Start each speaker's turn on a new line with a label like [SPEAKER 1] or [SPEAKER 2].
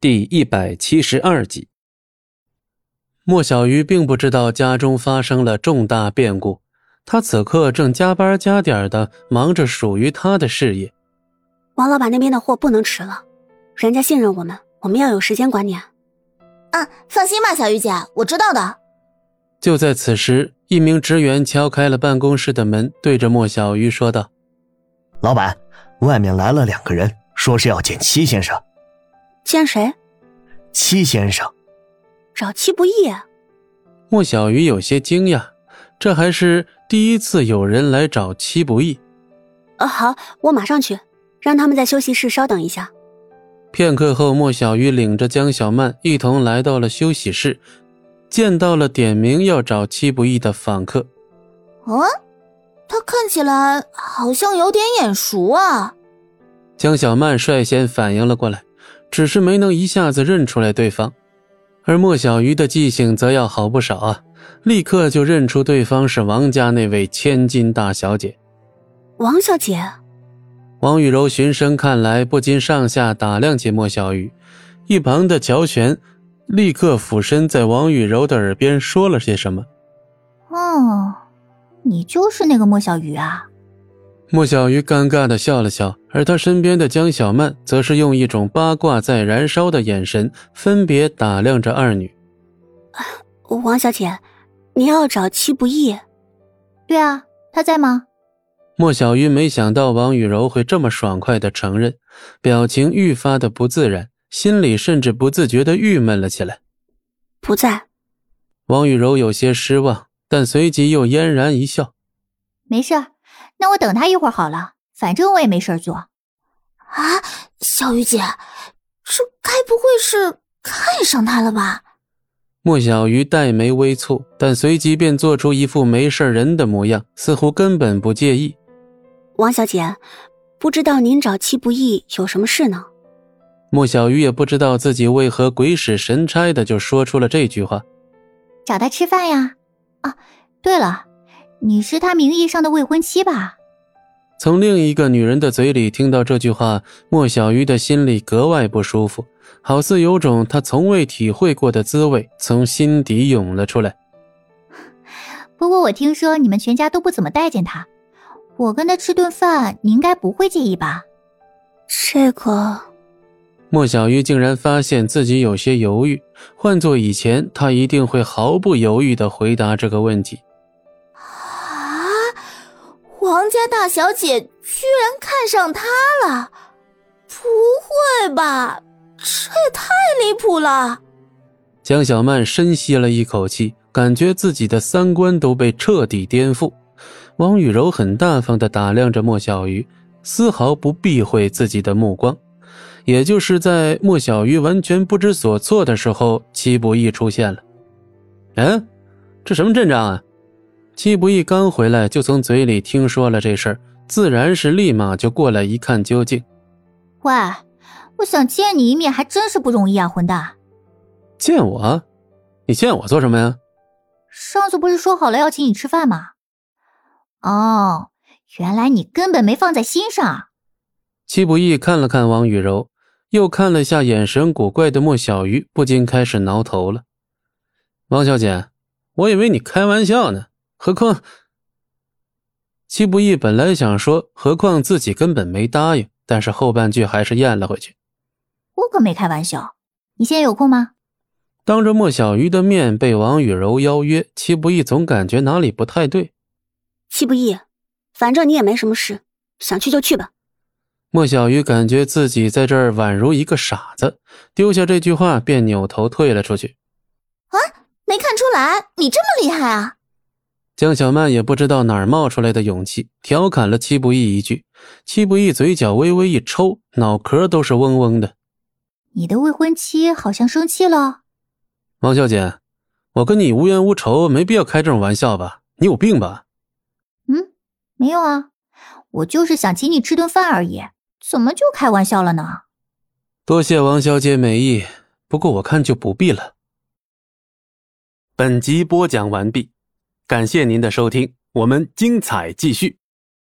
[SPEAKER 1] 第一百七十二集，
[SPEAKER 2] 莫小鱼并不知道家中发生了重大变故，他此刻正加班加点的忙着属于他的事业。
[SPEAKER 3] 王老板那边的货不能迟了，人家信任我们，我们要有时间观念。
[SPEAKER 4] 啊，放心吧，小鱼姐，我知道的。
[SPEAKER 2] 就在此时，一名职员敲开了办公室的门，对着莫小鱼说道：“
[SPEAKER 5] 老板，外面来了两个人，说是要见戚先生。”
[SPEAKER 3] 见谁？
[SPEAKER 5] 戚先生，
[SPEAKER 3] 找戚不义、啊。
[SPEAKER 2] 莫小鱼有些惊讶，这还是第一次有人来找戚不义。
[SPEAKER 3] 呃，好，我马上去，让他们在休息室稍等一下。
[SPEAKER 2] 片刻后，莫小鱼领着江小曼一同来到了休息室，见到了点名要找戚不义的访客。
[SPEAKER 4] 哦，他看起来好像有点眼熟啊。
[SPEAKER 2] 江小曼率先反应了过来。只是没能一下子认出来对方，而莫小鱼的记性则要好不少啊，立刻就认出对方是王家那位千金大小姐。
[SPEAKER 3] 王小姐，啊
[SPEAKER 2] 王雨柔循声看来，不禁上下打量起莫小鱼。一旁的乔玄立刻俯身在王雨柔的耳边说了些什么。
[SPEAKER 4] 哦，你就是那个莫小鱼啊。
[SPEAKER 2] 莫小鱼尴尬地笑了笑，而他身边的江小曼则是用一种八卦在燃烧的眼神，分别打量着二女。
[SPEAKER 3] 王小姐，你要找戚不义？
[SPEAKER 4] 对啊，他在吗？
[SPEAKER 2] 莫小鱼没想到王雨柔会这么爽快地承认，表情愈发的不自然，心里甚至不自觉地郁闷了起来。
[SPEAKER 3] 不在。
[SPEAKER 2] 王雨柔有些失望，但随即又嫣然一笑：“
[SPEAKER 4] 没事。”那我等他一会儿好了，反正我也没事做。
[SPEAKER 6] 啊，小雨姐，这该不会是看上他了吧？
[SPEAKER 2] 莫小鱼黛眉微蹙，但随即便做出一副没事人的模样，似乎根本不介意。
[SPEAKER 3] 王小姐，不知道您找戚不义有什么事呢？
[SPEAKER 2] 莫小鱼也不知道自己为何鬼使神差的就说出了这句话。
[SPEAKER 4] 找他吃饭呀？啊，对了。你是他名义上的未婚妻吧？
[SPEAKER 2] 从另一个女人的嘴里听到这句话，莫小鱼的心里格外不舒服，好似有种她从未体会过的滋味从心底涌了出来。
[SPEAKER 4] 不过我听说你们全家都不怎么待见他，我跟他吃顿饭，你应该不会介意吧？
[SPEAKER 3] 这个，
[SPEAKER 2] 莫小鱼竟然发现自己有些犹豫。换做以前，她一定会毫不犹豫地回答这个问题。
[SPEAKER 6] 王啊家大小姐居然看上他了，不会吧？这也太离谱了！
[SPEAKER 2] 江小曼深吸了一口气，感觉自己的三观都被彻底颠覆。王雨柔很大方地打量着莫小鱼，丝毫不避讳自己的目光。也就是在莫小鱼完全不知所措的时候，戚不义出现了。嗯，这什么阵仗啊？戚不义刚回来，就从嘴里听说了这事儿，自然是立马就过来一看究竟。
[SPEAKER 4] 喂，我想见你一面还真是不容易啊，混蛋！
[SPEAKER 2] 见我？你见我做什么呀？
[SPEAKER 4] 上次不是说好了要请你吃饭吗？哦，原来你根本没放在心上。啊
[SPEAKER 2] 戚不义看了看王雨柔，又看了下眼神古怪的莫小鱼，不禁开始挠头了。王小姐，我以为你开玩笑呢。何况，戚不义本来想说，何况自己根本没答应，但是后半句还是咽了回去。
[SPEAKER 4] 我可没开玩笑，你现在有空吗？
[SPEAKER 2] 当着莫小鱼的面被王雨柔邀约，戚不义总感觉哪里不太对。
[SPEAKER 3] 戚不义，反正你也没什么事，想去就去吧。
[SPEAKER 2] 莫小鱼感觉自己在这儿宛如一个傻子，丢下这句话便扭头退了出去。
[SPEAKER 6] 啊，没看出来你这么厉害啊！
[SPEAKER 2] 江小曼也不知道哪儿冒出来的勇气，调侃了戚不义一句。戚不义嘴角微微一抽，脑壳都是嗡嗡的。
[SPEAKER 4] 你的未婚妻好像生气了，
[SPEAKER 2] 王小姐，我跟你无冤无仇，没必要开这种玩笑吧？你有病吧？
[SPEAKER 4] 嗯，没有啊，我就是想请你吃顿饭而已，怎么就开玩笑了呢？
[SPEAKER 2] 多谢王小姐美意，不过我看就不必了。本集播讲完毕。感谢您的收听，我们精彩继续。